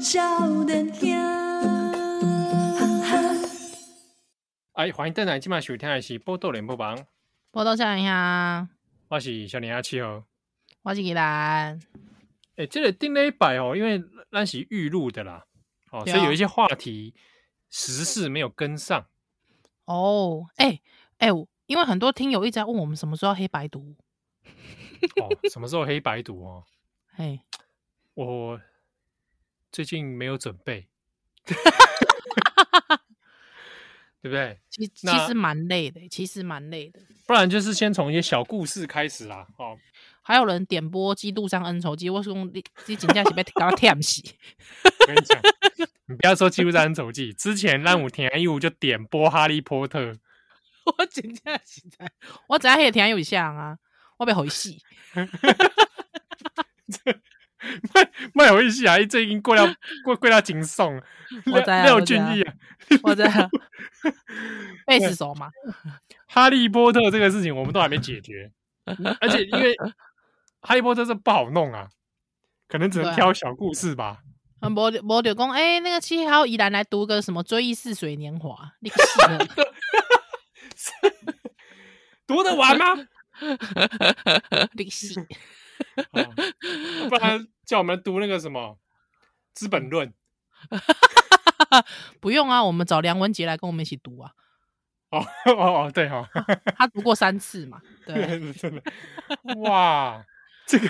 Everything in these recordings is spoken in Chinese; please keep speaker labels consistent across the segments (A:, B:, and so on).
A: 少年兄，哈哈。
B: 哎，欢迎登来！今晚收听的是《波多联播榜》，
C: 我都想一下，啊
B: 我是小年阿七号。
C: 我是吉兰，
B: 哎、这个定了一百哦，因为咱是预录的啦，哦，
C: 对
B: 所以
C: 啊
B: 有一些话题时事没有跟 上。
C: 哦，哎哎，我因为很多听友一直在问我们什么时候要黑白读，
B: 哦，什么时候黑白读哦？
C: 嘿，
B: 我最近没有准备， 对不对？
C: 其其
B: 那
C: 实蛮累的，其实蛮累的。
B: 不然就是先从一些小故事开始啦。哦，
C: 还有人点播《基督山恩仇记》，我是用你你请假是被搞到舔死，
B: 我跟你讲，你不要说《记录山手记》，之前让我田一五就点播《哈利波特》，
C: 我请假是在，我只要黑舔有像啊，我被回戏，
B: 卖卖回去啊！这已经过 了过过了惊悚，
C: 我知啊
B: 廖
C: 我知
B: 俊
C: 啊
B: 逸啊，
C: 我这贝斯手嘛，
B: 哈利波特这个事情我们都还没解 决，而且因为哈利波特这不好弄啊，可能只
C: 对
B: 能
C: 啊
B: 挑小故事吧。
C: 嗯，我我就讲，哎、那个七号依然来读个什么《追忆似水年华》，你死了。
B: 读得 完吗？
C: 历史
B: 哦不然叫我们读那个什么《资本论》
C: 不用啊，我们找梁文杰来跟我们一起读啊，
B: 哦哦哦，对哦，
C: 他读过三次嘛，对，啊
B: 真的哇，这个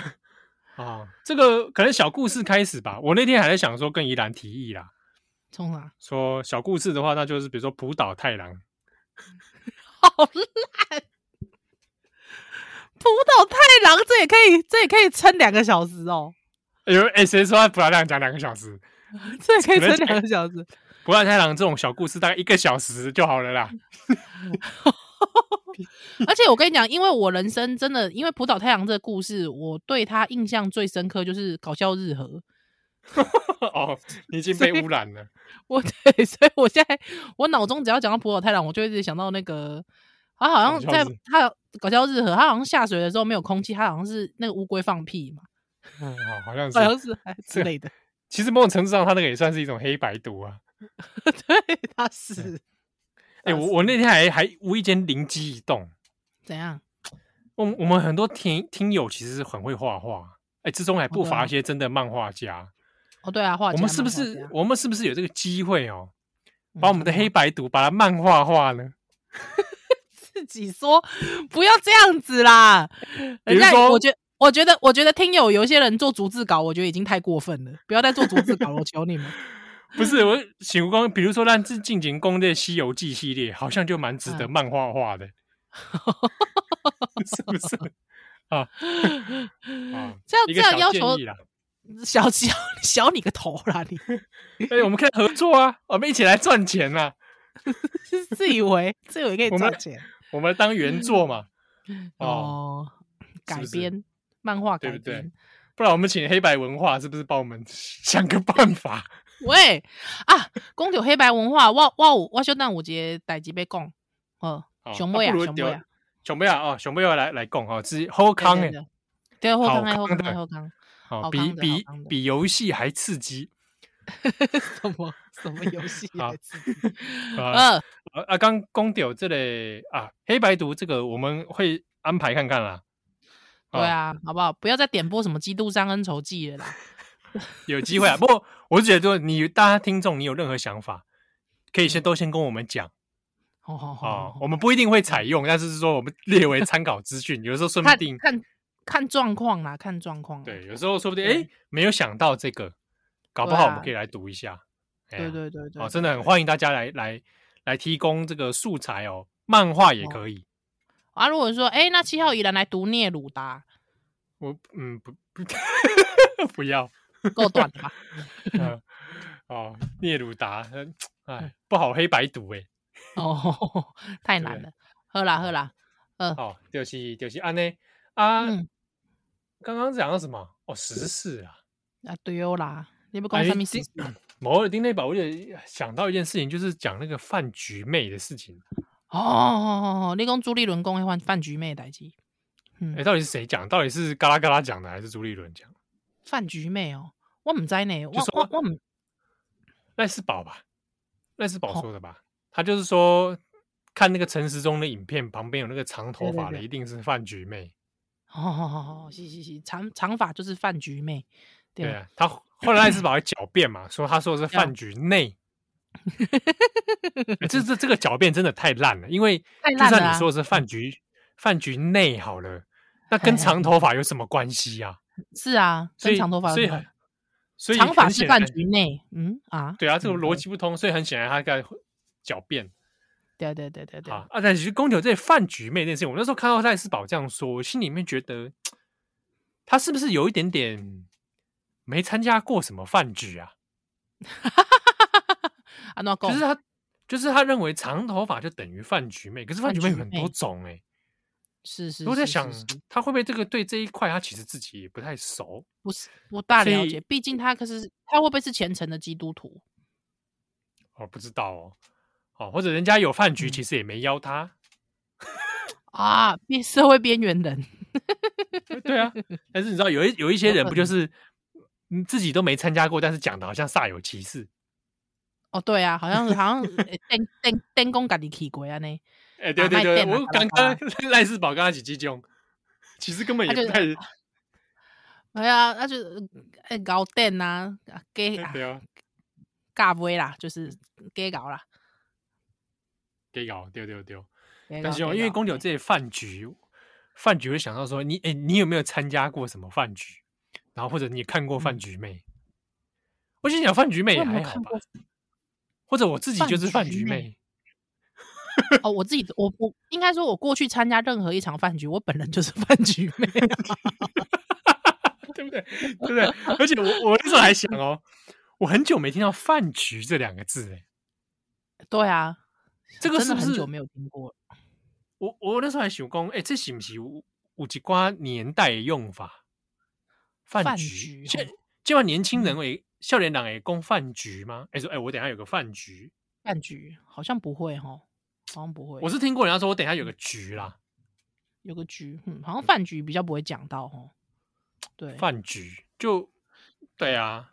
B: 啊、这个可能小故事开始吧。我那天还在想说跟宜兰提议啦，
C: 冲啊，
B: 说小故事的话，那就是比如说浦岛太郎，
C: 好烂！浦岛太郎这也可以，这也可以撑两个小时哦，
B: 有哎谁说他浦岛太郎讲两个小时？
C: 这也可以
B: 可能
C: 撑
B: 这
C: 两个小时，
B: 浦岛太郎这种小故事大概一个小时就好了啦。
C: 而且我跟你讲，因为我人生真的，因为浦岛太郎这个故事，我对他印象最深刻就是搞笑日和。
B: 哦，你已经被污染了。
C: 我对，所以我现在我脑中只要讲到浦岛太郎，我就一直想到那个，他好像
B: 搞笑
C: 在
B: 日
C: 他搞笑日和，他好像下水的时候没有空气，他好像是那个乌龟放屁嘛，
B: 嗯，好，好像
C: 好像
B: 是。
C: 是还之类的。
B: 其实某种程度上，他那个也算是一种黑白读啊。
C: 对， 他是
B: 哎、
C: 啊
B: 我我那天还还无意间灵机一动，
C: 怎样？
B: 我们我们很多听听友其实是很会画画，哎、之中还不
C: 对啊
B: 乏一些真的漫画家。
C: 哦，对啊，画
B: 我
C: 家
B: 们是
C: 漫
B: 不
C: 画
B: 是
C: 家
B: 我们是不是有这个机会哦，
C: 嗯
B: 把我们的
C: 漫画
B: 黑白读把它漫画化呢？
C: 自己说不要这样子啦？
B: 比
C: 人
B: 如
C: 家
B: 说
C: 我觉我觉得我觉得听友有一些人做逐字稿，我觉得已经太过分了，不要再做逐字稿了，我求你们。
B: 不是，我醒悟光，比如说让自进行攻略《西游记》系列，好像就蛮值得
C: 嗯
B: 漫画化的，是不 是？啊 啊，
C: 这样
B: 一
C: 这
B: 个小
C: 样要
B: 建
C: 求
B: 议啦。
C: 小小小你个头啦！你
B: 哎、我们可以合作啊，我们一起来赚钱啊，
C: 自以为自以为可以
B: 我们
C: 赚钱
B: 我们当原作 嘛，哦，
C: 哦，改
B: 不是
C: 编漫画
B: 对
C: 改
B: 不对
C: 编。
B: 不然我们请黑白文化是不是帮我们想个办法？
C: 喂啊，公九黑白文化，我我有我小等有一个代志要讲，哦
B: 哦，
C: 熊妹
B: 啊
C: 啊，
B: 不如
C: 熊妹
B: 丢
C: 啊。
B: 熊妹啊，哦，熊妹要来来供哦，是后康哎
C: 对，对，后
B: 好
C: 康哎，后
B: 康
C: 康哎，
B: 的
C: 后康，
B: 哦，
C: 好
B: 比
C: 康的好
B: 比
C: 康的
B: 比游戏还刺激
C: 什么什么游 戏
B: 好
C: 来刺激？
B: 啊！
C: 呃，
B: 啊啊，刚公屌这类啊，黑白读这个我们会安排看看啦。
C: 对
B: 哦，
C: 啊，好不好？不要再点播什么《基督山恩仇记》了啦。
B: 有机会啊。不过我是觉得说你大家听众，你有任何想法，可
C: 嗯
B: 以先都先跟我们讲
C: 好好
B: 啊、
C: 好，
B: 我们不一定会采用，但是是说我们列为参考资讯，有时候说不
C: 看
B: 定
C: 看看状况啦，看状况啦。
B: 对，有时候说不定哎、
C: 对
B: 诶没有想到这个，搞不
C: 对
B: 好我
C: 啊
B: 们可以来读一下。哎呀
C: 对对对对，
B: 哦，真的很欢迎大家来来来提供这个素材哦，漫画也可以。
C: 啊。如果说哎，那七号依然来读聂鲁达，
B: 我嗯不不 不要，
C: 够短的吧？
B: 嗯、哦，聂鲁达，嗯哎，不好黑白读哎。
C: 哦， 太难了。喝啦喝啦，
B: 哦，就是就是安呢啊，
C: 嗯
B: 刚刚讲到什么？哦，时事啊，
C: 啊对哦啦，你不讲什么事
B: 哎？ 丁某尔丁内堡，我就想到一件事情，就是讲那个饭局妹的事情。
C: 哦哦哦哦，你讲朱立伦讲会换饭局妹的代志，
B: 哎、
C: 嗯，
B: 到底是谁讲？到底是嘎啦嘎啦讲的，还是朱立伦讲？
C: 饭局妹哦，我唔知呢，我
B: 就说
C: 我我唔
B: 赖世宝吧，赖世
C: 哦
B: 宝说的吧，他就是说看那个陈时中的影片，旁边有那个长头
C: 对对
B: 发的，
C: 对
B: 一定是饭局妹。
C: 哦，是是是，长长发就是饭局妹，对
B: 对
C: 吧？
B: 啊，他后来赖世宝还狡辩嘛，说他说的是饭局内。 欸这这这个狡辩真的太烂了，因为
C: 太
B: 就
C: 烂了
B: 算
C: 啊
B: 你说的是饭局饭局内好了，那跟
C: 嘿嘿
B: 长头发有什么关系啊？
C: 是啊，
B: 所
C: 跟
B: 以
C: 长头发
B: 所
C: 有
B: 以
C: 什么
B: 很所以
C: 长发
B: 很
C: 是
B: 显
C: 饭
B: 然
C: 局内，嗯啊，
B: 对啊，这个
C: 嗯
B: 逻辑不通，所以很显然他在狡辩
C: 对对对对对，
B: 啊啊！但其实公牛这饭局妹这件事情，我那时候看到赖斯宝这样说，我心里面觉得他是不是有一点点没参加过什么饭局啊？
C: 啊那够
B: 就是他就是他认为长头发就等于饭局妹，可是饭局妹有
C: 饭
B: 很
C: 局妹
B: 多种哎、
C: 是是，
B: 我在
C: 是
B: 想
C: 是是
B: 他会不会这个对这一块他其实自己也不太熟，
C: 不是不大
B: 所
C: 了
B: 以
C: 解，毕竟他可是他会不会是虔诚的基督徒？
B: 哦，不知道哦，哦，或者人家有饭局，
C: 嗯
B: 其实也没邀 他。
C: 啊，边社会边缘人，
B: 对 啊，但是你知道有一有一些
C: 有
B: 人
C: 可
B: 不就是嗯自己都没参加过，但是讲的好像煞有其事。
C: 哦，对啊，好像好像呃电电电工家己去过啊呢，
B: 哎、对
C: 啊
B: 对
C: 卖
B: 对，
C: 电啊
B: 我
C: 巴
B: 刚
C: 拉巴拉
B: 刚赖世宝刚刚起鸡胸，其实根本也
C: 他就
B: 不太、
C: 哎呀，那就呃搞电啊，啊给啊
B: 对啊，
C: 尬威啦，就是给搞啦，
B: 给搞丢丢丢。
C: 假
B: 但是
C: 搞
B: 哦
C: 假
B: 因为
C: 搞
B: 公牛
C: 嘿
B: 这些饭局，饭局会想到说你哎、你有没有参加过什么饭局？然后或者你看过饭
C: 嗯
B: 局妹？我心想饭局妹也
C: 我有没
B: 还
C: 有
B: 好
C: 看
B: 吧
C: 过，
B: 或者我自己
C: 饭
B: 就是饭
C: 局
B: 局
C: 妹
B: 妹。
C: 哦，我自己我我应该说，我过去参加任何一场饭局，我本人就是 饭局妹啊，
B: 对不对？对不对？而且我我那时候还想哦，我很久没听到“饭局”这两个字哎，
C: 对啊，
B: 这个
C: 真
B: 是
C: 的
B: 不
C: 很
B: 是
C: 久？没有听过了，
B: 我我那时候还想讲，哎，这是不是有有一瓜年代的用法？饭
C: 饭
B: 局，
C: 局
B: 现
C: 哦
B: 现在年轻人为笑脸党哎，供饭局吗？哎说哎，我等一下有个饭局，
C: 饭局好像不会哈，好像不会，
B: 我是听过人家说我等一下有个局啦，
C: 有个局，嗯，好像饭局比较不会讲到哈，嗯对，嗯
B: 饭局就对啊，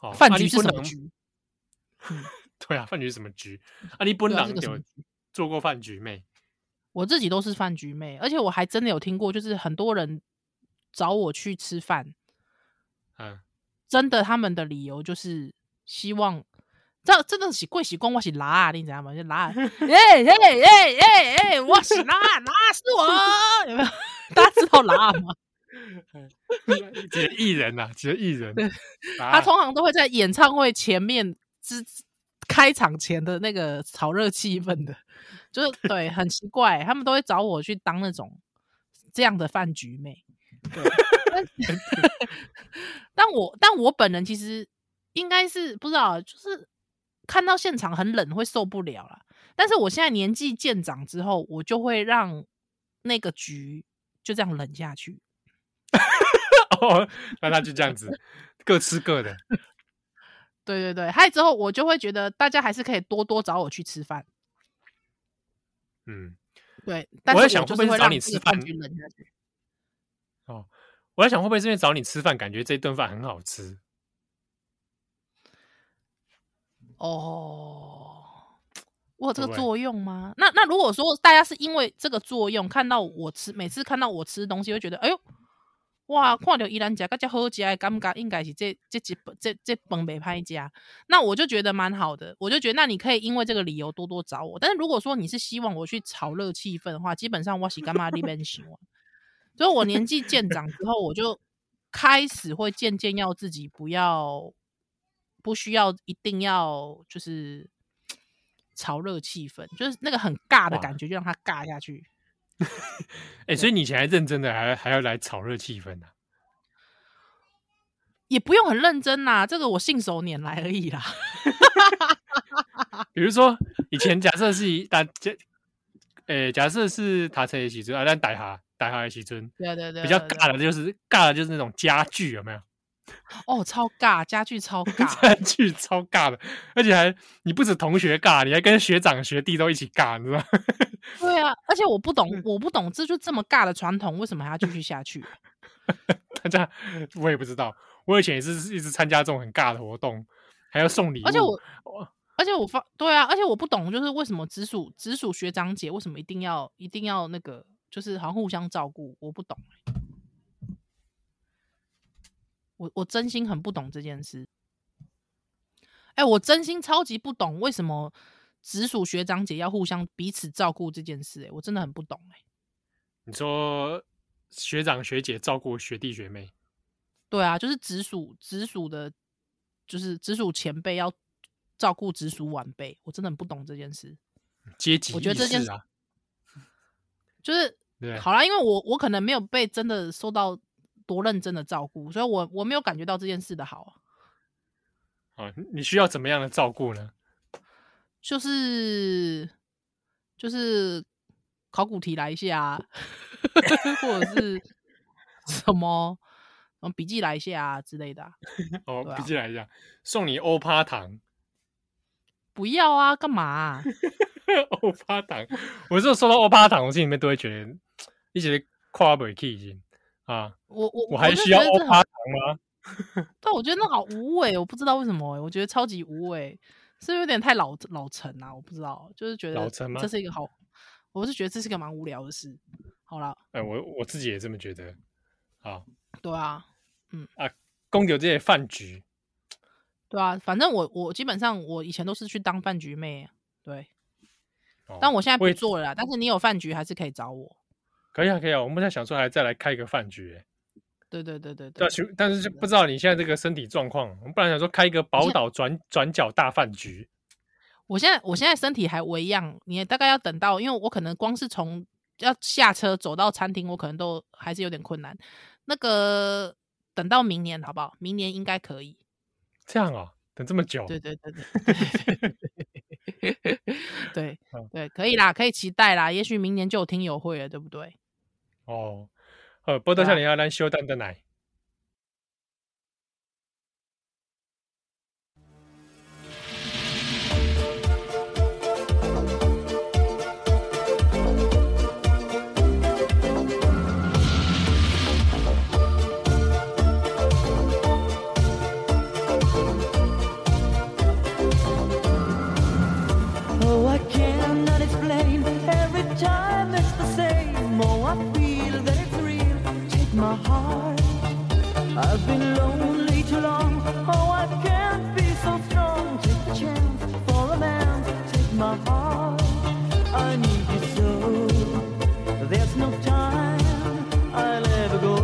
B: 哦
C: 饭
B: 啊
C: 局
B: 你
C: 是
B: 本
C: 什么
B: 人
C: 局？
B: 对啊，饭局是什么 局？啊，你本
C: 对啊
B: 人
C: 这个什么
B: 有
C: 局
B: 做过饭局妹？
C: 我自己都是饭局妹，而且我还真的有听过，就是很多人找我去吃饭，
B: 嗯，
C: 真的他们的理由就是希望。这真的是贵喜公，我是拉啊，你知道吗？就拉啊，哎哎哎哎哎，我是拉啊拉啊是我，有没有？ 大家知道拉啊吗？
B: 几个艺人呐、啊，几个艺人，啊
C: 他
B: 他
C: 通常都会在演唱会前面之开场前的那个炒热气氛的，就是对，很奇怪，欸他们都会找我去当那种这样的饭局妹。对，但 但我但我本人其实应该是不知道，啊就是看到现场很冷会受不了啦。但是我现在年纪渐长之后，我就会让那个局就这样冷下去。
B: 哦，那他就这样子，各吃各的。
C: 对对对，还有之后我就会觉得大家还是可以多多找我去吃饭。
B: 嗯，
C: 对，但
B: 我在
C: 是
B: 想
C: 就
B: 会不会是
C: 是会
B: 找
C: 让
B: 你
C: 这
B: 吃
C: 个饭
B: 饭
C: 局冷下去。
B: 哦，我在想会不会是因为找你吃饭，感觉这顿饭很好吃，
C: 哦，我有这
B: 会不
C: 个
B: 会
C: 作用吗？那那如果说大家是因为这个作用看到我吃，每次看到我吃东西，会觉得哎呦，哇，看到依兰家，个叫好家，感觉应该是这这几这这本没拍家，那我就觉得蛮好的，我就觉得那你可以因为这个理由多多找我。但是如果说你是希望我去炒热气氛的话，基本上我是干嘛里边行啊。所以我年纪渐长之后，我就开始会渐渐要自己不要，不需要一定要就是炒热气氛，就是那个很尬的
B: 哇
C: 感觉，就让它尬下去。
B: 哎、所以你以前还认真的还还要来炒热气氛啊呢、
C: 也不用很认真啦，这个我信手拈来而已啦。
B: 啊。比如说以前假设是一打假，诶、假设是塔车的时尊啊，但逮哈逮哈的时尊
C: 对啊 对对
B: 比较
C: 对对
B: 尬的就是尬的就是那种家具有没 有？
C: 哦，超尬，家具超 尬，
B: 家具超尬的，而且还你不止同学尬，你还跟学长学弟都一起尬，你知道吗？
C: 对啊，而且我不懂，我不懂，这就这么尬的传统，为什么还要继续下去？
B: 大家我也不知道，我以前也是一直参加这种很尬的活动，还要送礼物，
C: 而且我
B: 哇，
C: 而且我发对啊，而且我不懂，就是为什么直属直属学长姐为什么一定要一定要那个，就是好像互相照顾，我不懂欸、我我真心很不懂这件事。哎、我真心超级不懂为什么直属学长姐要互相彼此照顾这件事、欸，我真的很不懂、欸，
B: 你说学长学姐照顾学弟学妹，
C: 对啊，就是直属直属的，就是直属前辈要照顾直属晚辈，我真的很不懂这件事。
B: 阶级
C: 我觉得
B: 意
C: 这件
B: 识
C: 事
B: 啊，
C: 就是
B: 对不对，
C: 好啦，因为我我可能没有被真的受到多认真的照顾，所以我我没有感觉到这件事的好。
B: 好，你哦你需要怎么样的照顾呢？
C: 就是就是考古题来一下啊，或者 是什么什么笔记来一下啊之类的啊、
B: 哦，
C: 对啊
B: 毕竟来讲，送你欧趴糖，
C: 不要啊，干嘛啊、
B: 欧趴糖，我是说到欧趴糖，我心里面都会觉得一直跨不起已经啊，
C: 我我
B: 我还
C: 就
B: 需
C: 觉
B: 要
C: 得
B: 欧
C: 这很
B: 趴糖吗？
C: 但我觉得那好无味，我不知道为什么、欸，我觉得超级无味，是不是有点太老老成啊？我不知道，就是觉得
B: 老成吗
C: 这是一个好，我是觉得这是个蛮无聊的事。好啦，
B: 哎，我我自己也这么觉得。好，
C: 对啊，
B: 公牛这些饭局，
C: 对啊，反正我我基本上我以前都是去当饭局妹，啊对，
B: 哦
C: 但我现在
B: 也
C: 不做了啦。但是你有饭局还是可以找我。
B: 可以啊，可以啊，我们在想说还再来开一个饭局、欸，
C: 对对对对对
B: 但，是但是就不知道你现在这个身体状况，我们本来想说开一个宝岛转转角大饭局，
C: 我现在我现在身体还微恙，你也大概要等到，因为我可能光是从要下车走到餐厅，我可能都还是有点困难。那个等到明年好不好？明年应该可以。
B: 这样啊，等这么久，
C: 对对对对对对对
B: 好
C: 对，可以啦，可以期待啦。也许明年就有听友会了，对不对？
B: 哦，呃，波多
C: 对啊
B: 少年要咱小等等来。
A: Oh, I cannot explain. Every time it's the same. Oh, I feel that it's real. Take my heart. I've been lonely too long. Oh, I can't be so strong. Take the chance for a man. Take my heart. I need you so. There's no time. I'll ever go.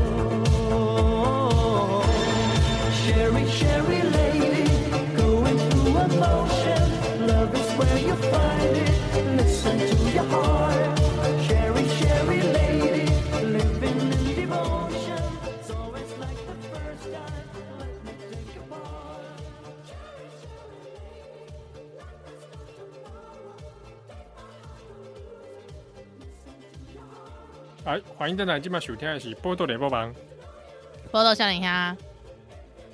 A: Sherry, Sherry lady, going through emotion. Love is where you find it. Listen to your heart. Sherry, Sherry lady, living in devotion. So it's like the first time. Let me take your part.
B: Sherry，Sherry，哎，欢迎登来，今晚收听的是波多联播网，
C: 波豆笑脸虾，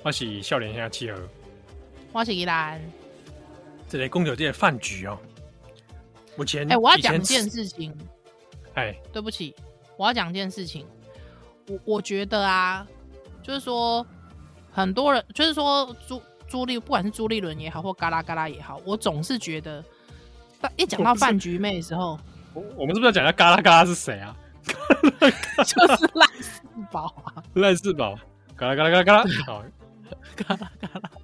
B: 我是笑脸下企鹅，
C: 我是依兰。
B: 这里公牛这些饭局哦，我前
C: 哎、我要
B: 以前
C: 讲一件
B: 吃，
C: 事情，
B: 哎，
C: 对不起，我要讲一件事情。我我觉得啊，就是说很多人，就是说朱朱立，不管是朱立伦也好，或嘎啦嘎啦也好，我总是觉得，但一讲到饭局妹的时候，
B: 我我们是不是要讲一下嘎啦嘎啦是谁啊？
C: 就是赖世宝啊，
B: 赖世宝，嘎啦嘎啦嘎哦啦嘎啦，好，
C: 嘎啦嘎啦嘎啦。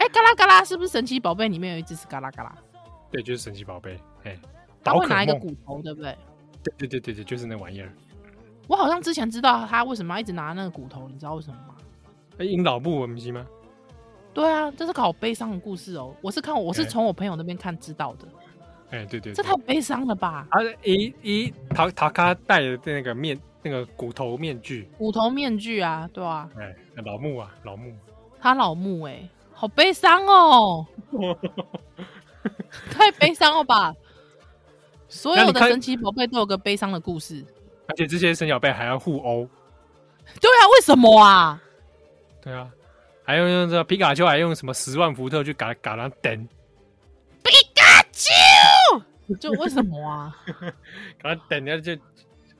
C: 哎、嘎啦嘎啦，是不是神奇宝贝里面有一只是嘎啦嘎啦？
B: 对，就是神奇宝贝，哎，
C: 他
B: 宝
C: 会
B: 可
C: 拿一个
B: 梦，
C: 骨头，对不对？
B: 对对对对对，就是那玩意儿。
C: 我好像之前知道他为什么要一直拿那个骨头，你知道为什么吗？
B: 哎，引导部文是吗？
C: 对啊，这是个好悲伤的故事哦。我是看我是
B: 哎
C: 从我朋友那边看知道的，
B: 哎，对对，
C: 这太悲伤了吧！
B: 他一一塔塔卡戴的那个面那个骨头面具，
C: 骨头面具啊，对啊，
B: 哎，老木啊，老 木，
C: 他老木哎、好悲伤哦，太悲伤了吧！所
B: 那
C: 有
B: 你
C: 的
B: 看
C: 神奇宝贝都有个悲伤的故事，
B: 而且这些神小贝还要互殴，
C: 对啊，为什么啊？
B: 对啊，还用用这皮卡丘还用什么十万伏特去嘎嘎他灯，
C: 就为什么啊？
B: 嘎他灯，人家就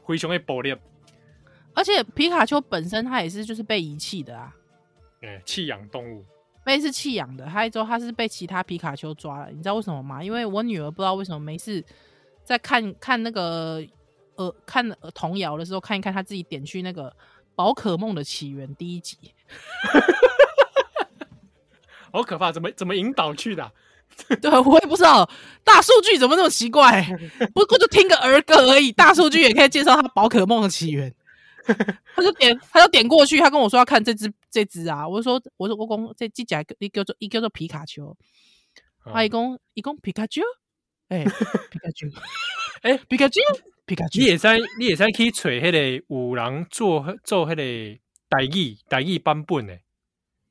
B: 灰熊会爆裂，
C: 而且皮卡丘本身它也是就是被遗弃的啊，
B: 哎，弃养动物，
C: 妹是弃养的，她一周她是被其他皮卡丘抓了，你知道为什么吗？因为我女儿不知道为什么没事在看看那个呃看呃童谣的时候看一看，她自己点去那个《宝可梦的起源》第一集，
B: 好可怕！怎么怎么引导去的啊、
C: 对我也不知道大数据怎么那么奇怪，不过就听个儿歌而已，大数据也可以介绍她宝可梦的起源。他就点，他就点过去，他跟我说要看这只这只啊，我就说我说我公这这甲一叫做一叫做皮卡丘，
B: 嗯
C: 啊，一共一共皮卡丘，哎，皮卡丘，
B: 哎
C: 皮卡丘，皮卡丘
B: 你，也在，你也在去找迄个有人做做迄个台语台语版本的，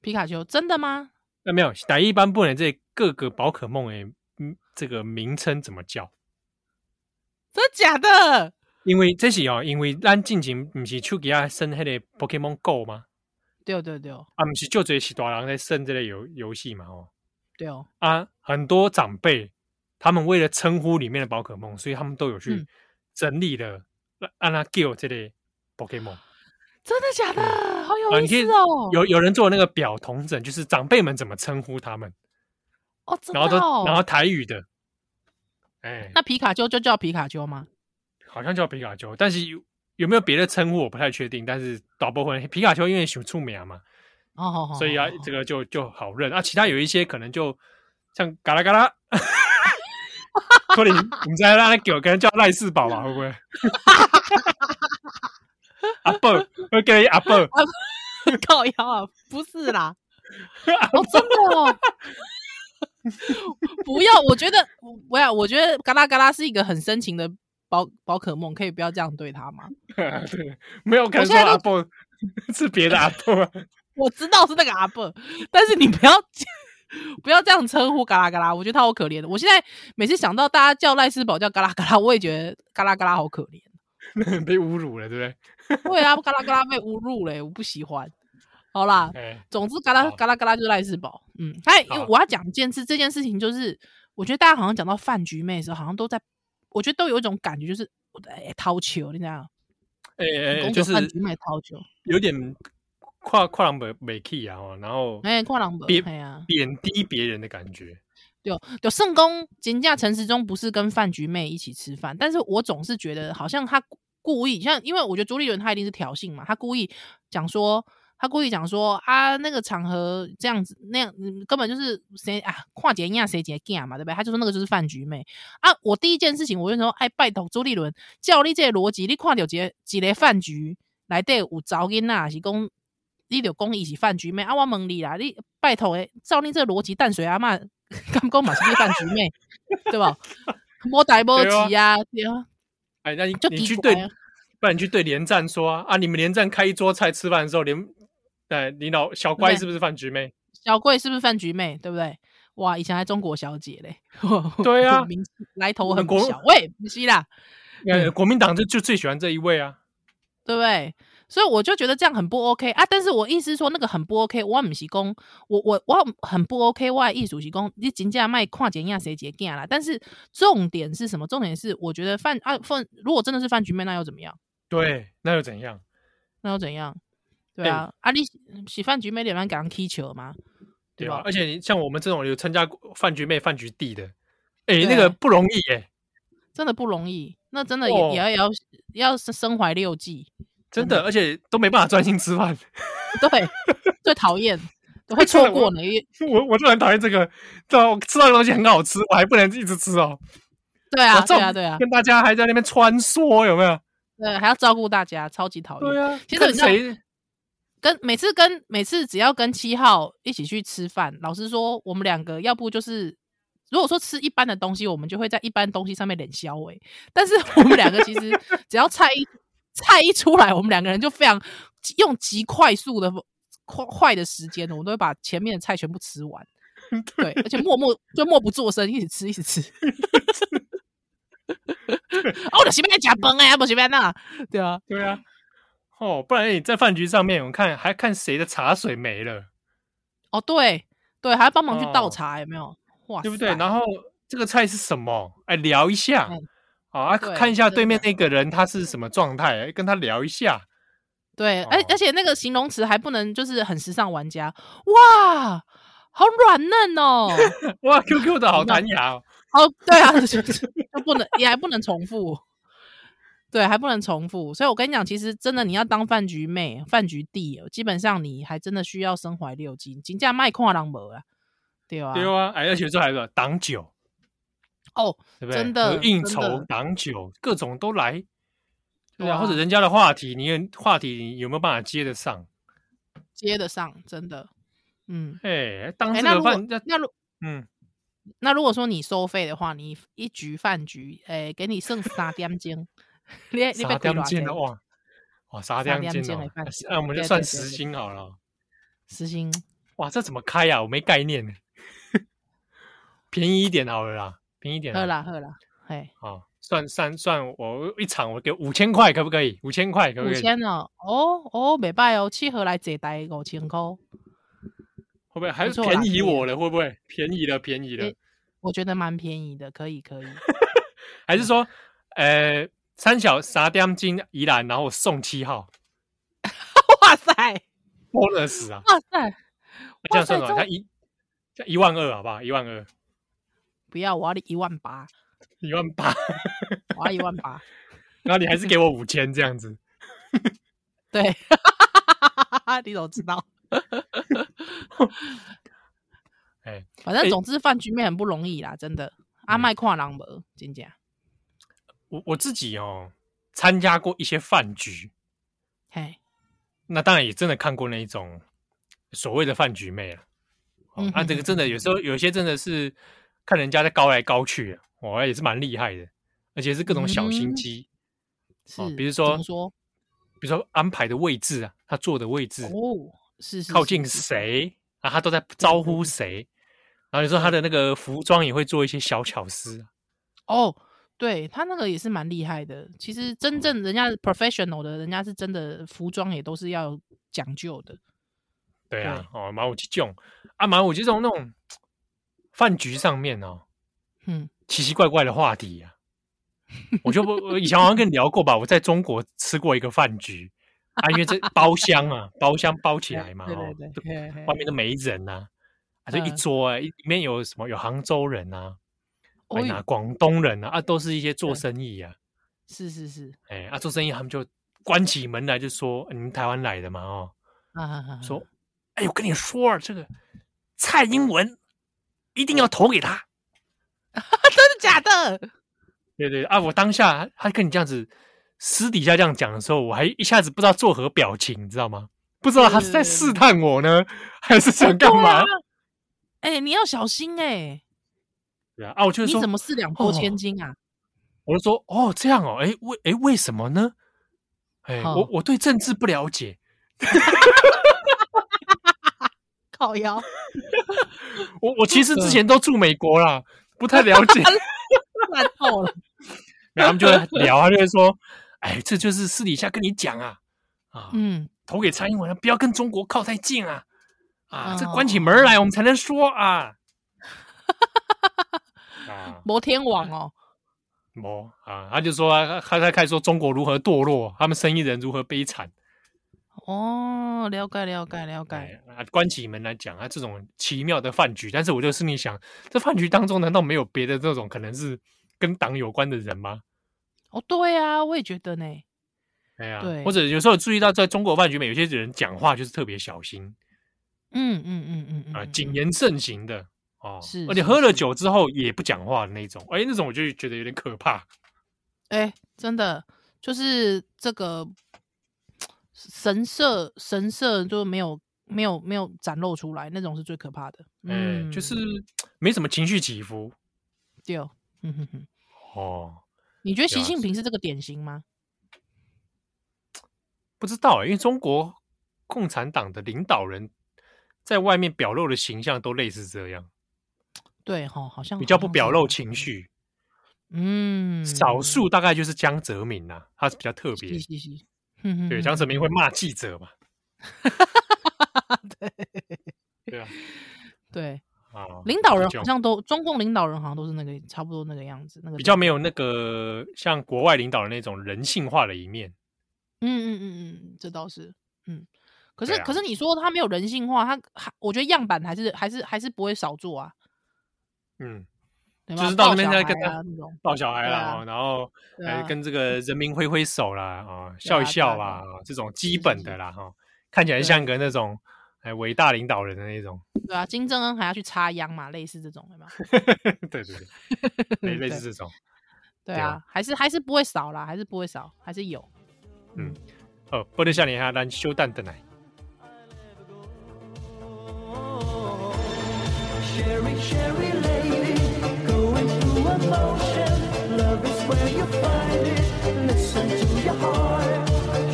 C: 皮卡丘，真的吗？
B: 那、没有台语版本的这各个宝可梦的嗯这个名称怎么叫？
C: 真的假的？
B: 因为这是哦，因为咱进前毋是手机啊升迄个 Pokemon Go 吗？
C: 对对对哦
B: 啊，毋是就这是大人在升这个游游戏嘛哦
C: 对哦，
B: 啊，很多长辈他们为了称呼里面的宝可梦，所以他们都有去
C: 嗯
B: 整理了让他叫这个 Pokemon。
C: 真的假的？好
B: 啊
C: 有
B: 你
C: 意
B: 可以
C: 思哦！
B: 有有人做那个表同整，就是长辈们怎么称呼他们，
C: 哦，真的
B: 然后都然
C: 哦。
B: 后台语的，哎、
C: 那皮卡丘就叫皮卡丘吗？
B: 好像叫皮卡丘，但是有有没有别的称呼我不太确定。但是大部分皮卡丘因为想出名嘛，
C: 哦，好好，
B: 所以啊
C: 好好
B: 这个就就好认啊。其他有一些可能就像嘎啦嘎 啦，可能我们再让他狗可能叫赖世宝吧，会不 会？阿伯，会给你阿伯，
C: 靠腰啊，不是啦，哦，真的哦，不要，我觉得，我呀，我觉得嘎啦嘎啦是一个很深情的宝宝可梦，可以不要这样对他吗？
B: 对，没有可能说
C: 我现在
B: 阿
C: 都
B: 伯是别的阿伯、啊。
C: 我知道是那个阿伯，但是你不要不要这样称呼嘎啦嘎啦，我觉得他好可怜的。我现在每次想到大家叫赖斯宝叫嘎啦嘎啦，我也觉得嘎啦嘎啦好可怜。
B: 被侮辱了，对不
C: 对啊，嘎啦嘎啦被侮辱嘞、我不喜欢。好啦，
B: 对？ 哎，
C: 总之嘎啦
B: 好
C: 嘎啦嘎啦就是赖世宝。嗯，还有因
B: 好
C: 为我要讲一件事，这件事情就是，我觉得大家好像讲到饭局妹的时候，好像都在，我觉得都有一种感觉，就是我的哎掏球，你知道吗？
B: 哎哎哎，
C: 工
B: 就
C: 作
B: 是
C: 饭局妹掏球，
B: 有点跨跨栏北北 key 啊，哦然后
C: 哎，跨人
B: 别
C: 本，哎呀，
B: 贬低别人的感觉。
C: 对有圣公金价陈时中不是跟饭局妹一起吃饭，但是我总是觉得好像他故故意，像因为我觉得朱立伦他一定是挑衅嘛，他故意讲说。他故意讲说啊，那个场合这样子那样，嗯根本就是谁啊，跨节一样谁节干嘛，对不对？他就说那个就是饭局妹啊。我第一件事情，我就说，哎，拜托朱立伦，照你这个逻辑，你看到一个一个饭局内底有查某囡仔，还是讲你就讲伊是饭局妹啊？我问你啦，你拜托诶，照你这个逻辑，淡水阿嬷 敢讲嘛是你饭局妹， 对吧？无代无志啊，对啊，
B: 哎，那你
C: 就
B: 你
C: 奇
B: 去
C: 怪
B: 对
C: 啊，
B: 不然你去对连战说啊，啊你们连战开一桌菜吃饭的时候，连哎领导小乖
C: 对啊
B: 是不是饭局妹？
C: 小贵是不是饭局妹？对不对？哇，以前还中国小姐嘞，
B: 对啊
C: 名气来头
B: 我
C: 很不
B: 们国
C: 小，喂，不是啦，嗯
B: 哎，国民党就就最喜欢这一位啊。
C: 对不对？所以我就觉得这样很不 OK 啊！但是我意思是说那个很不 OK，我唔是讲我我我很不 OK，我的意思是讲你真正卖跨界亚谁节干啦。但是重点是什么？重点是我觉得饭啊饭，如果真的是饭局妹，那又怎么样？
B: 对，那又怎样？
C: 那又怎样？对啊，啊你是是饭局妹，你乱给人踢球嘛？
B: 对
C: 对
B: 吧
C: 啊吧？？
B: 而且你像我们这种有参加过饭局妹、饭局弟的，哎，那
C: 对啊
B: 个不容易耶，
C: 真的不容易，那真的也、
B: 哦
C: 也要也要要身怀六计，
B: 真
C: 真
B: 的，而且都没办法专心吃饭。
C: 对，最讨厌 会
B: 真的
C: 错过你。
B: 我我就很讨厌这个，对啊，我吃到的东西很好吃，我还不能一直吃哦。
C: 对啊，
B: 我照
C: 对啊，对啊，
B: 跟大家还在那边穿梭，有没有？
C: 对，啊还要照顾大家，超级讨厌。
B: 对啊，
C: 哦其实
B: 跟
C: 你知道
B: 谁
C: 跟每次跟每次只要跟七号一起去吃饭，老实说，我们两个要不就是如果说吃一般的东西，我们就会在一般东西上面脸消委。但是我们两个其实只要菜一菜一出来，我们两个人就非常用极快速的快快的时间，我们都会把前面的菜全部吃完。对，而且默默就默不作声，一直吃，一直吃。哦，我随便夹崩哎，不随便那，对啊，
B: 对啊，哦，不然你在饭局上面，我看还看谁的茶水没了，
C: 哦对对，还要帮忙去倒
B: 哦
C: 茶，有没有？哇塞，
B: 对不对？然后这个菜是什么？哎，聊一下
C: 嗯，
B: 好啊，
C: 对
B: 看一下
C: 真的
B: 对面那个人他是什么状态，哎跟他聊一下。
C: 对，而、
B: 哦
C: 而且那个形容词还不能就是很时尚玩家，哇，好软嫩哦。
B: 哇，QQ 的好弹牙哦，
C: 哦，对啊，就就就不能也还不能重复，对，还不能重复。所以我跟你讲，其实真的你要当饭局妹、饭局弟，哦基本上你还真的需要身怀六经，金价卖跨人无啦，对啊，
B: 对啊，哎，而且这还有挡酒，
C: 哦，
B: 对不对？
C: 真的
B: 有应
C: 真
B: 酬
C: 的、
B: 挡酒，各种都来，对啊，或者
C: 哇
B: 人家的话题，你也话题你有没有办法接得上？
C: 接得上，真的，嗯，
B: 哎，当
C: 哎、
B: 这
C: 那
B: 个
C: 如果
B: 饭，那
C: 那如
B: 嗯，
C: 那如果说你收费的话，你一局饭局，哎、给你剩三点钟，你你
B: 沙
C: 被
B: 雕
C: 多
B: 煎的
C: 少？
B: 哇，哇，沙
C: 沙
B: 雕
C: 雕
B: 煎
C: 煎
B: 的
C: 的
B: 哦
C: 饭，
B: 那我们就
C: 对
B: 算
C: 对对
B: 十
C: 对
B: 斤好了哦。
C: 时薪
B: 哇，这怎么开呀？我没概念呢。欸便宜一点好了啦，便宜一点好
C: 喝
B: 了。
C: 啦喝啦，哎，
B: 啊，算算算，我一场我给五千块，可不可以？五千块可不
C: 五
B: 可以？
C: 千哦，哦哦，袂歹哦，七盒来坐台五千块。
B: 会不会还
C: 不
B: 是
C: 错啦
B: 便
C: 可以
B: 宜
C: 啦
B: 我了？会不会便宜了？便宜了
C: 诶？我觉得蛮便宜的，可以可以。
B: 还是说，呃，三小啥点金宜兰，然后我送七号
C: 哇塞，
B: bonus 啊？
C: 哇塞，
B: 那这样
C: 哇塞
B: 算算，
C: 这
B: 他一这一万二好不好？一万二，
C: 不要，我要你一万八，
B: 一万八，
C: 我要一万 八。
B: 然后你还是给我五千这样子。
C: 对， 你怎么知 道？
B: 哎
C: 反
B: 哎
C: 正总之饭局面很不容易啦，真的。啊阿
B: 嗯
C: 麦跨狼无，真正
B: 我我自己哦，参加过一些饭局，
C: 嘿，
B: 那当然也真的看过那一种所谓的饭局妹了。哦
C: 嗯
B: 啊，
C: 哼
B: 这个
C: 哼
B: 真的有时候有些真的是看人家在高来高去的，哦，也是蛮厉害的，而且是各种小心
C: 嗯
B: 机，
C: 是
B: 哦，比如
C: 怎
B: 说
C: 么说
B: 比如说安排的位置啊，他坐的位置
C: 哦，是是
B: 靠
C: 是
B: 近
C: 是嗯
B: 谁啊，他都在招呼谁，然后你说他的那个服装也会做一些小巧思啊，
C: 哦，对他那个也是蛮厉害的。其实
B: 嗯
C: 真正人家 professional 的，人家是真的服装也都是要讲究的。
B: 对啊，哦，马武吉囧啊，马武吉这种那种饭局上面哦，
C: 嗯，
B: 奇奇怪怪的话题啊。我就不，我以前好像跟你聊过吧，我在中国吃过一个饭局啊，因为这包厢啊，包厢包起来嘛，
C: 对
B: 哦
C: 对，对
B: 都
C: 嘿，嘿
B: 外面都没人呐、啊，就一
C: 嗯
B: 桌哎、一里面有什么有杭州人呐、啊，哎
C: 哦
B: 呀
C: 哟，
B: 广东人啊，啊都是一些做
C: 对
B: 生意啊，
C: 是是是，
B: 哎啊做生意他们就关起门来就说你们台湾来的嘛哦，
C: 啊啊啊，啊
B: 说哎我跟你说啊这个蔡英文一定要投给他，
C: 真的假的？
B: 对对啊，我当下他跟你这样子私底下这样讲的时候，我还一下子不知道作何表情，你知道吗？不知道他是在
C: 对对对
B: 试探我呢，还是想干嘛？
C: 对啊？哎、你要小心哎、
B: 对啊，啊，我就
C: 你
B: 说
C: 怎，么四两拨千
B: 哦
C: 斤啊？
B: 我就说，哦，这样哦，哎，为哎为什么呢？哎，
C: 好
B: 我我对政治不了解，
C: 靠腰，
B: 我我其实之
C: 嗯
B: 前都住美国啦，不太了 解。
C: 烂透了。
B: 然后他们就在聊，他就会说，哎，这就是私底下跟你讲啊，啊，
C: 嗯，
B: 投给蔡英文，不要跟中国靠太近啊，啊，这
C: 哦
B: 关起门来我们才能说 啊。啊，
C: 摩天王哦，
B: 没啊，他就说啊他他开始说中国如何堕落，他们生意人如何悲惨，
C: 哦，了解了解了解。
B: 哎啊，关起门来讲啊，这种奇妙的饭局，但是我就心里想，这饭局当中难道没有别的这种可能是跟党有关的人吗？
C: 哦，对啊，我也觉得呢。
B: 哎呀、
C: 对
B: 或者有时候注意到，在中国饭局里面，有些人讲话就是特别小心
C: 嗯嗯嗯嗯嗯
B: 啊，
C: 嗯
B: 谨
C: 嗯
B: 言慎行的哦，
C: 是
B: 而且
C: 是
B: 喝了
C: 是
B: 酒之后也不讲话的那种，哎，那种我就觉得有点可怕。
C: 哎、真的就是这个神社神社就没有没有没有展露出来，那种是最可怕的。
B: 哎、
C: 嗯，
B: 就是没什么情绪起伏
C: 对哦，嗯哼哼。
B: 哦。
C: 你觉得
B: 对
C: 习
B: 啊
C: 近平是这个典型吗？
B: 不知道、欸，因为中国共产党的领导人在外面表露的形象都类似这样，
C: 对哈，好像
B: 比较
C: 好
B: 不
C: 像
B: 表
C: 是
B: 露
C: 哦
B: 情。绪。
C: 嗯，
B: 少数大概就是江泽民呐、他是比较特别
C: 是。是是，哼哼
B: 对，
C: 哼
B: 江泽
C: 哼
B: 民会骂记者 嘛？对啊，
C: 对
B: 啊，
C: 领导人
B: 就
C: 好像都中共领导人好像都是那个差不多那个样子，那个
B: 比较
C: 状
B: 没有那个像国外领导人那种人性化的一面。
C: 嗯嗯嗯嗯，这倒是，嗯。可是、
B: 对啊
C: 可是你说它没有人性化，它还我觉得样板还是还是还是不会少做啊，
B: 嗯，
C: 对吧？
B: 就是到那边
C: 抱小
B: 再
C: 孩
B: 跟他
C: 啊那种，
B: 抱小孩
C: 对
B: 啦，
C: 啊
B: 哦然后
C: 对
B: 呃
C: 啊
B: 跟这个人民挥挥手啦，啊，
C: 对啊
B: 笑一
C: 对啊
B: 笑
C: 对
B: 啦
C: 啊，
B: 哦这种
C: 是
B: 基
C: 是
B: 本
C: 是
B: 的啦，哈，看起来
C: 对啊
B: 像个那种哎伟大领导人的那种，
C: 对啊，金正恩还要去插秧嘛，类似这种，对吗？
B: 对对对， 类类似这种。
C: 对
B: 对啊
C: 啊，还是还是不会少啦，还是不会少，还是有。
B: 哦，波特夏年哈，咱休蛋等来。
A: Sherry, Sherry lady, going through emotion. Love is where you find it. Listen to your heart.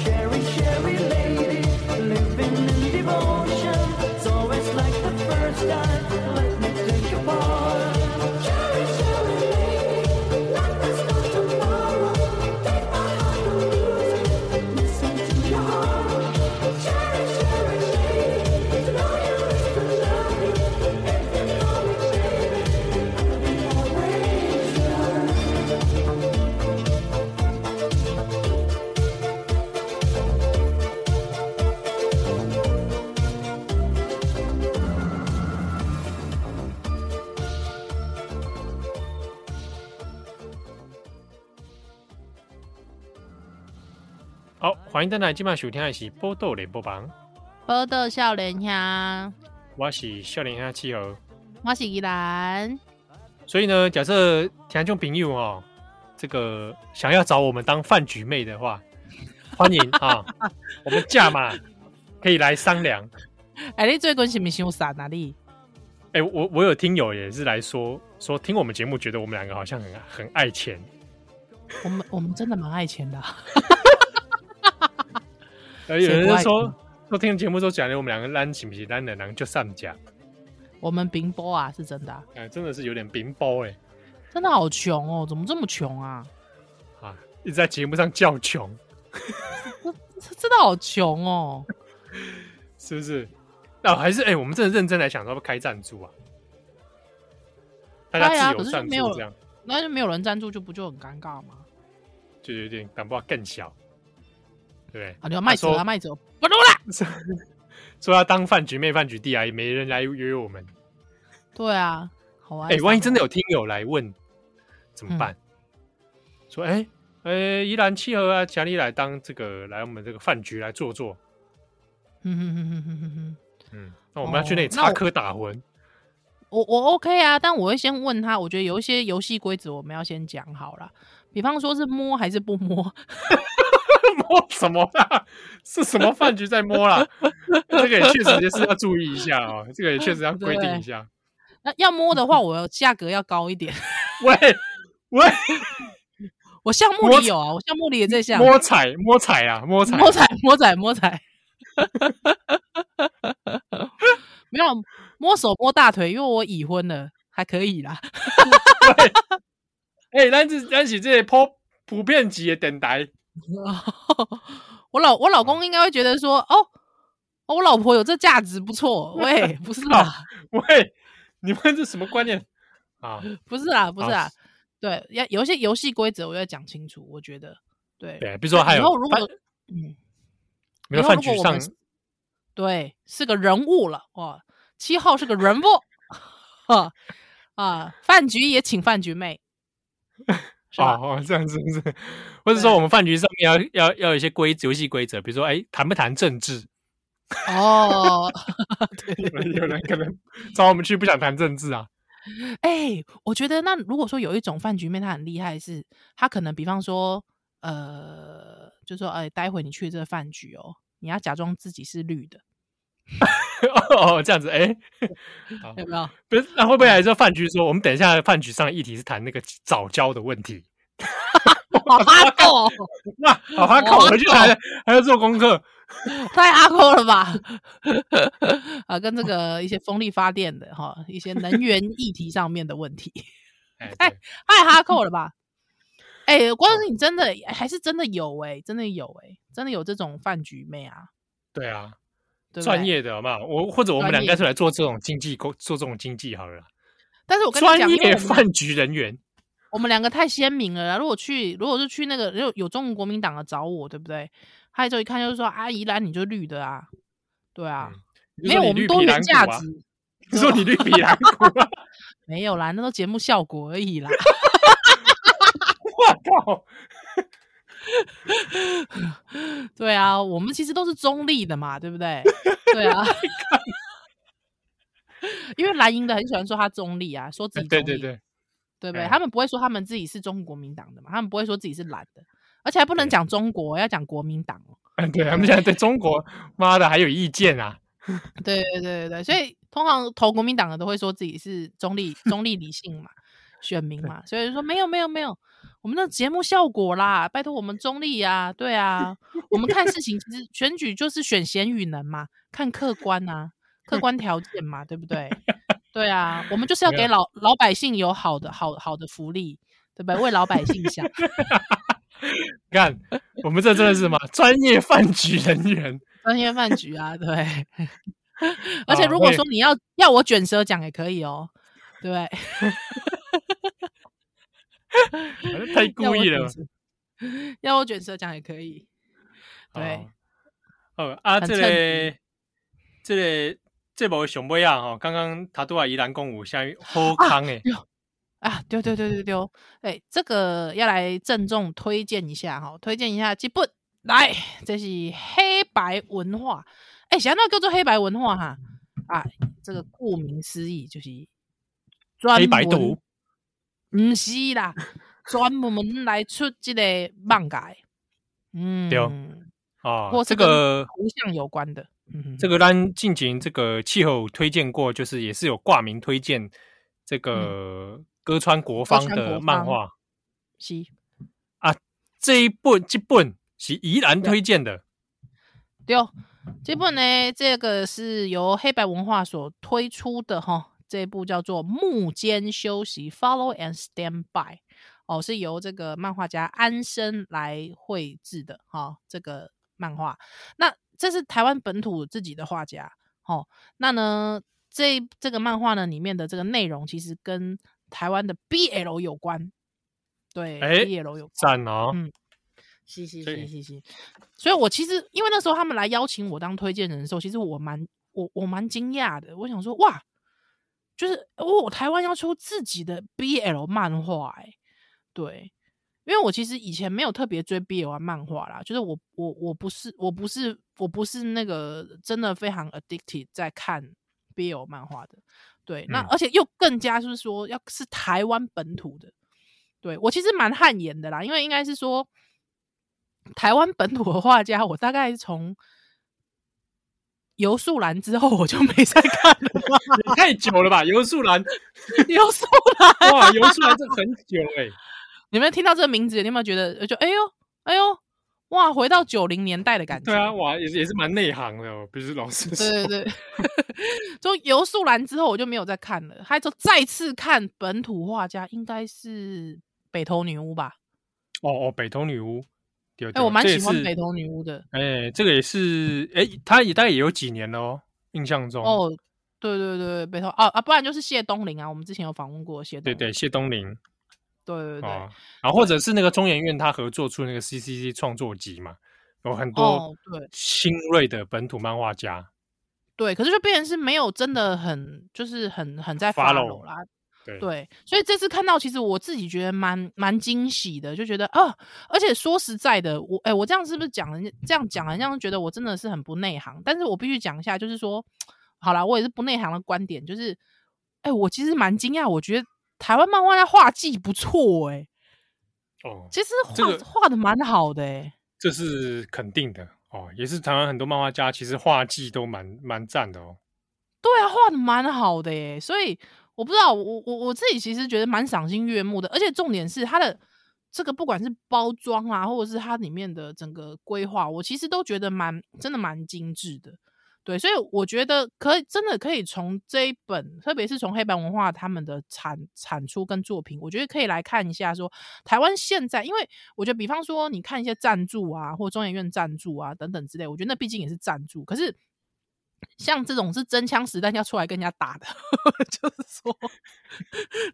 A: Sherry, Sherry lady, living in devotion. It's always like the first time. Let me take your part. Sherry, Sherry lady, life is not tomorrow. Take my heart and lose it. Listen to your heart. Sherry, Sherry lady, to know you is to love you. If you know me, baby, I'll be always yours.
B: 好，欢迎登来，今晚收听的是波豆联播榜，
C: 波豆笑脸呀，
B: 我是笑脸下气候。
C: 我是依兰，
B: 所以呢，假设听众朋友哦，这个想要找我们当饭局妹的 话，欢迎啊、我们价码可以来商量。
C: 哎、你最近是不是伤傻哪里？
B: 哎、我我有听友也是来说说听我们节目，觉得我们两个好像很很爱钱，
C: 我们我们真的蛮爱钱的啊、
B: 而呃有人
C: 谁不爱
B: 说说听节目都讲的我们两个烂行不行，烂的人就上讲，
C: 我们冰波啊，是真的啊、
B: 哎、真的是有点冰包哎、
C: 真的好穷哦，怎么这么穷啊？
B: 啊，一直在节目上叫穷，
C: 这真的好穷哦。
B: 是不是？那、还是哎、我们真的认真来想，要不要开赞助啊？大
C: 开
B: 家
C: 啊
B: 自
C: 可
B: 由
C: 是就
B: 赞助
C: 没有
B: 这样，
C: 那就没有人赞助，就不就很尴尬吗？
B: 就有点感不好更小，对不
C: 啊，你要卖
B: 他
C: 走
B: 说
C: 啊，卖走，不录啦。
B: 对？说说要当饭局妹、饭局弟啊，也没人来约我们。
C: 对啊，好啊。
B: 哎、万一真
C: 的
B: 的有听友来问怎么
C: 嗯
B: 办？说哎哎、欸宜兰契合啊，强力来当这个来我们这个饭局来坐坐。
C: 嗯，哼哼哼哼哼哼
B: 嗯，那我们要去那里
C: 哦那
B: 插
C: 我
B: 科打诨。
C: 我我 OK 啊，但我会先问他，我觉得有一些游戏规则我们要先讲好了，比方说是摸还是不摸，
B: 摸什么啦？是什么饭局在摸啦？ 这个也确实也是要注意一下哦，这个也确实要规定一下。
C: 那要摸的 话，我价格要高一点。
B: 喂喂，
C: 我项目
B: 摸
C: 里有啊，我项目里也在项
B: 摸彩摸彩啊，摸彩
C: 摸彩摸彩摸彩， 没有摸手摸大腿，因为我已婚了，还可以啦。
B: 哎，咱是咱是这普普遍级的电台，
C: 我老我老
B: 嗯
C: 公应该会觉得说，哦，哦我老婆有这价值不错， 喂，不是啦，
B: 喂，你们这什么观念啊？
C: 不是啦，不是
B: 好
C: 啦，对，要有一些游戏规则我要讲清楚，我觉得，对，
B: 对，比如说还
C: 以
B: 有
C: 后如果
B: 饭
C: 嗯，
B: 没有
C: 以后
B: 饭
C: 如果
B: 局
C: 我
B: 上
C: 们是对是个人物了哇，七号是个人物， 哈啊，饭局也请饭局妹，是吧？
B: 哦，哦这样子是不是，或者说我们饭局上面要要要有一些规游戏规则，比如说哎，谈不谈政治？
C: 哦，
B: 有人可能 找我们去不想谈政治啊。
C: 哎、我觉得那如果说有一种饭局妹，她很厉害是，她可能比方说，呃，就说，哎、待会你去这个饭局哦，你要假装自己是绿的，
B: 哦，这样子，哎、好
C: 有没有？
B: 不是，那会不会还是饭局说，我们等一下饭局上的议题是谈那个早教的问 题？
C: 好哈够，
B: 那啊好，他靠，
C: 哇
B: 回去还还要做功课，
C: 太阿扣了吧？ 啊，跟这个一些风力发电的哈，一些能源议题上面的问题，
B: 哎，
C: 哎
B: 对
C: 太哈扣了吧？哎、光是你真的还是真的有哎、真的有哎、真的有这种饭局妹啊，
B: 对啊，
C: 对不
B: 专
C: 对？
B: 业的好不好？我或者我们
C: 专
B: 俩
C: 业
B: 干脆来做这种经济工，做这种经济好了啦。
C: 但是我跟你
B: 专
C: 讲，因为
B: 业
C: 我们
B: 饭局人员，
C: 我们两个太鲜明了啦。如果去，如果是去那个有有中国国民党的找我，对不对？他就一看就是说，阿、啊、宜兰你就绿的啊，对啊，
B: 嗯
C: 没有我们多元价值，
B: 啊你说你绿皮蓝骨啊，你说你绿皮蓝骨 啊，
C: 没有啦，那都节目效果而 已啦。
B: 我靠，
C: 对啊，我们其实都是中立的嘛，对不对？对啊，因为蓝营的很喜欢说他中立啊，说自己中
B: 哎对
C: 立，
B: 对对，
C: 对不对？
B: 哎
C: 他们不会说他们自己是中国民党的嘛，他们不会说自己是蓝的，而且还不能
B: 对
C: 讲中国，要讲国民党哦。
B: 嗯，对他们现在对中国妈的还有意见啊，
C: 对对对对对，所以通常投国民党的都会说自己是中立、中立理性嘛，选民嘛，所以就说没有没有没有，我们那节目效果啦，拜托我们中立啊，对啊，我们看事情其实选举就是选贤与能嘛，看客观啊，客观条件嘛，对不对？对啊，我们就是要
B: 没
C: 给
B: 有
C: 老老百姓有好的好好的福利，对不对？为老百姓想，
B: 你看我们这真的是什么专业饭局人员，
C: 专业饭局啊，对。 而且
B: 啊
C: 如果
B: 喂
C: 说你要要我卷舌讲也可以哦，对不对？
B: 太
C: 要
B: 故
C: 我
B: 意
C: 卷
B: 了。
C: 舌，要我卷舌讲也可以。对，
B: 哦，哦啊，
C: 很
B: 这
C: 衬
B: 个这个这部熊尾啊，哦，刚刚他都啊宜兰公舞下后康诶，
C: 啊，丢丢丢丢丢，哎，这个要来郑重推荐一下哈，推荐一下这本来，这是黑白文化，哎，想到叫做黑白文化哈啊，这个顾名思义就是专
B: 黑白
C: 门
B: 毒，
C: 唔是啦，专门来出这个漫改，嗯，
B: 对哦
C: 或，
B: 这
C: 是跟
B: 个
C: 图像有关的，嗯，
B: 这个咱进行这个气候推荐过，就是也是有挂名推荐这个歌川国芳
C: 嗯歌川国
B: 的
C: 芳
B: 漫画，
C: 是
B: 这一本这本是宜兰
C: 对
B: 推荐的，
C: 对，哦这部呢，这个是由黑白文化所推出的哈，这部叫做《幕间休息 （Follow and Stand By）》哦，是由这个漫画家安生来绘制的哈、这个漫画。那这是台湾本土自己的画家哦。那呢，这这个漫画呢里面的这个内容，其实跟台湾的 BL 有关，对、
B: 哎
C: b l 有关。
B: 赞哦
C: 嗯，是是
B: 所
C: 是
B: 以
C: 是是，所以我其实因为那时候他们来邀请我当推荐人的时候，其实我蛮我我蛮惊讶的，我想说哇，就是哦，台湾要出自己的 BL 漫画、欸，对，因为我其实以前没有特别追 BL 漫画啦，就是我我我不是我不是我不是那个真的非常 addicted 在看 BL 漫画的，对，那
B: 嗯
C: 而且又更加就是说要是台湾本土的，对我其实蛮汗颜的啦，因为应该是说台湾本土的画家，我大概从游素兰之后我就没再看 了，
B: 也太久了吧？游素兰，
C: 游素兰。
B: 哇，游素兰这很久欸 诶，
C: 你们听到这个名字，你有没有觉得就哎呦哎呦哇，回到九零年代的感觉？
B: 对啊，哇，也是也是蛮内行的哦，不是老师说，
C: 对对 对，就游素兰之后我就没有再看了，还就再次看本土画家，应该是北投女巫吧？
B: 哦哦，北投女巫，对，
C: 哎、
B: 对
C: 我蛮
B: 这也
C: 喜欢
B: 是
C: 北投女巫的
B: 哎，这个也是，哎，他也大概也有几年了哦，印象中，，
C: 哦。对对对，北投啊啊，不然就是谢东林啊，我们之前有访问过谢东
B: 对
C: 林。
B: 对，谢东林，
C: 对对对，
B: 哦，然后或者是那个中研院他合作出那个 CCC 创作集嘛，有很
C: 哦
B: 多
C: 对
B: 新锐的本土漫画家，
C: 对，可是就变成是没有真的很就是很很在
B: Follow
C: follow 啦，
B: 对
C: 对，所以这次看到，其实我自己觉得蛮蛮惊喜的，就觉得啊，而且说实在的，我哎、我这样是不是讲人家这样讲，人家觉得我真的是很不内行？但是我必须讲一下，就是说，好啦，我也是不内行的观点，就是，哎、我其实蛮惊讶，我觉得台湾漫画家画技不错、哎，
B: 哦，
C: 其实
B: 这
C: 画
B: 个
C: 画的蛮好的、哎，
B: 这是肯定的哦，也是台湾很多漫画家其实画技都蛮蛮赞的哦，
C: 对啊，画的蛮好的耶，所以我不知道，我我我自己其实觉得蛮赏心悦目的，而且重点是它的这个不管是包装啊，或者是它里面的整个规划，我其实都觉得蛮真的蛮精致的。对，所以我觉得可以，真的可以从这一本，特别是从黑白文化他们的产产出跟作品，我觉得可以来看一下说台湾现在，因为我觉得，比方说你看一些赞助啊，或中研院赞助啊等等之类，我觉得那毕竟也是赞助，可是像这种是真枪实弹要出来跟人家打的， 就是说，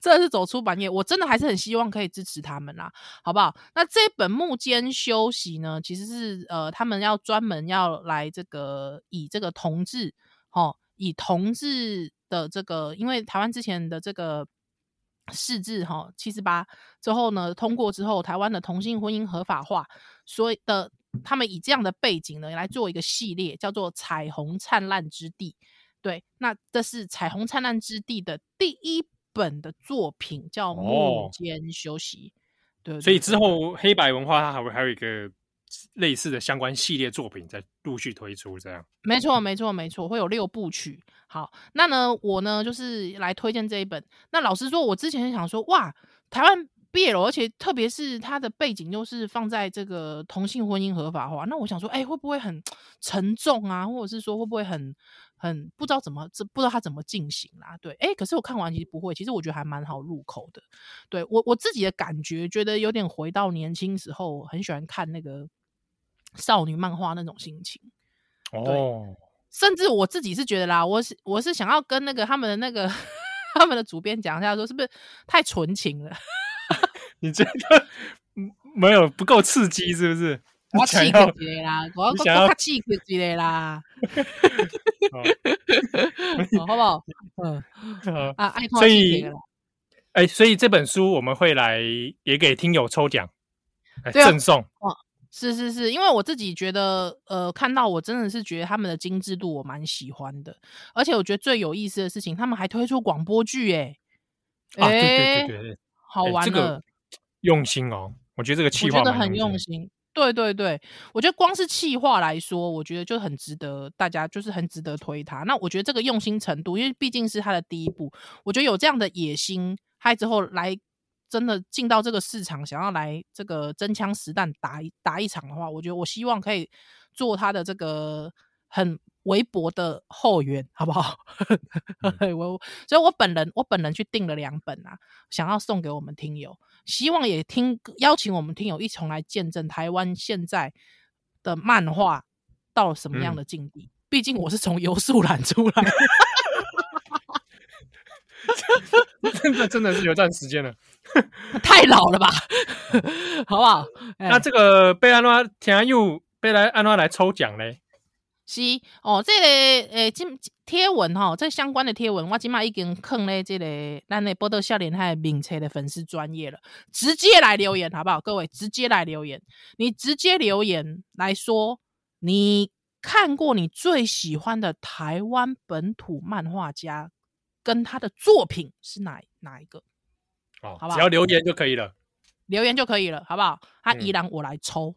C: 真的是走出版业，我真的还是很希望可以支持他们啦，好不好？那这本《幕间休息》呢，其实是呃，他们要专门要来这个以这个同志，哦，以同志的这个，因为台湾之前的这个。释字哈七十八之后呢，通过之后，台湾的同性婚姻合法化，所以的他们以这样的背景呢来做一个系列，叫做《彩虹灿烂之地》。对，那这是《彩虹灿烂之地》的第一本的作品，叫《幕
B: 哦
C: 间休息》。对，
B: 所以
C: 对
B: 之后黑白文化它还会还有一个类似的相关系列作品在陆续推出，这样。
C: 没错，没错，没错，会有六部曲。好，那呢，我呢就是来推荐这一本。那老实说，我之前想说，哇，台湾 BL，而且特别是它的背景又是放在这个同性婚姻合法化，那我想说，哎、会不会很沉重啊？或者是说会不会很很不知道怎么这不知道它怎么进行啦、对，哎、可是我看完其实不会，其实我觉得还蛮好入口的。对我我自己的感觉，觉得有点回到年轻时候，很喜欢看那个少女漫画那种心情。
B: 哦，
C: 甚至我自己是觉得啦，我是我是想要跟那个他们的那个 他们的主编讲一下，说是不是太纯情了？
B: 你这个 嗯没有不够刺激，是不是？
C: 我
B: 你想
C: 气
B: 要
C: 个之类啦，我要
B: 你
C: 我
B: 想要
C: 较气个之 类啦， 哦好不好？嗯
B: 哦
C: 啊，爱看
B: 所
C: 气
B: 以
C: 节啦。，
B: 哎，所以这本书我们会来也给听友抽奖，哎
C: 对啊
B: 赠送。
C: 是是是，因为我自己觉得，呃，看到我真的是觉得他们的精致度我蛮喜欢的，而且我觉得最有意思的事情，他们还推出广播剧、欸，哎、
B: 啊，对对对对对，
C: 好
B: 哎
C: 玩
B: 这
C: 了。
B: 个用心哦，我觉得这个企
C: 我
B: 划
C: 觉得
B: 蛮
C: 很
B: 用
C: 用
B: 心
C: 心。对对对，我觉得光是气话来说，我觉得就很值得大家，就是很值得推它。那我觉得这个用心程度，因为毕竟是他的第一步，我觉得有这样的野心，嗨之后来真的进到这个市场，想要来这个真枪实弹打一打一场的话，我觉得我希望可以做他的这个很微薄的后援，好不好？ 我所以，我本人我本人去订了两本啊，想要送给我们听友。希望也听邀请我们听友一同来见证台湾现在的漫画到了什么样的境地。毕竟我是从游素兰出来的，
B: 的，真的真的是有段时间了。
C: 太老了吧， 好不好？ 哎
B: 那这个贝安诺田佑贝莱安诺来抽奖嘞，
C: 是哦，这个诶，今贴文哈、这相关的贴文，我今嘛已经坑咧这个咱的波多笑脸海名车的粉丝专业了，直接来留言好不好？各位直接来留言，你直接留言来说，你看过你最喜欢的台湾本土漫画家跟他的作品是哪哪一个？
B: 哦
C: 好不，好
B: 只要留言就可以了。
C: 留言就可以了，好不好？啊，
B: 嗯
C: 依然我来抽，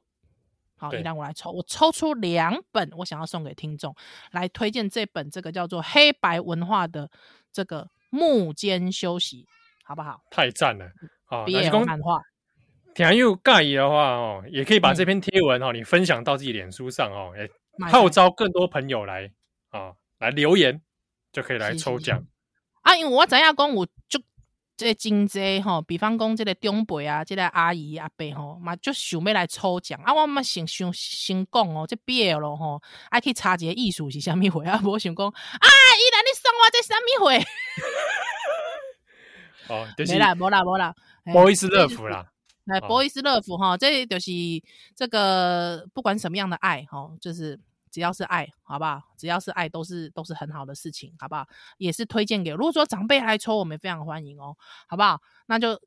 C: 好，
B: 对
C: 依然我来抽，我抽出两本，我想要送给听众来推荐这本这个叫做《黑白文化》的这个幕间休息，好不好
B: 太赞了！
C: 嗯
B: 啊，那是
C: ？BL
B: 讲
C: 漫画，
B: 田佑盖伊的话哦，也可以把
C: 嗯哎
B: 这篇贴文哦，你分享到自己脸书上哦，也
C: 买
B: 号
C: 来
B: 召更多朋友来啊来留言，就可以来
C: 是
B: 抽
C: 是
B: 奖。
C: 啊，因为我知影讲有足这真济吼，比方讲这个长辈啊，这个阿姨阿伯吼，嘛就想要来抽奖啊，我嘛想想先讲哦，这毕业咯吼，爱去查一个艺术是啥物货啊，无想讲啊，依然你送我这啥物货？
B: 哦，就是
C: 没啦，没啦，没啦。哎
B: boys
C: 这就
B: love
C: 是
B: 啦，
C: 哎
B: 哦
C: ，boys love 哈，这就是这个不管什么样的爱哈，就是只要是爱，好不好？只要是爱，都是都是很好的事情，好不好？也是推荐给，如果说长辈来抽，我们也非常欢迎哦，好不好？那就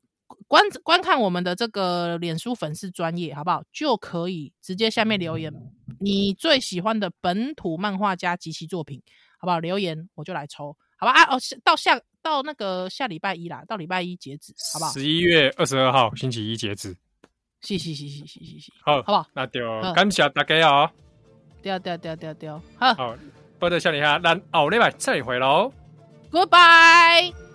C: 观观看我们的这个脸书粉丝专业，好不好？就可以直接下面留言
B: 嗯
C: 你最喜欢的本土漫画家及其作品，好不好？留言我就来抽，好吧？啊哦，下到下到那个下礼拜一啦，到礼拜一截止，好不好？
B: 十一月二十二号星期一截止。
C: 是是是是是是是，
B: 好，
C: 好不好？
B: 那就
C: 好
B: 感谢大家哦。
C: 对啊对啊对啊对啊对啊，好
B: 好，波特笑脸下，咱后礼拜再会喽。
C: ，Goodbye。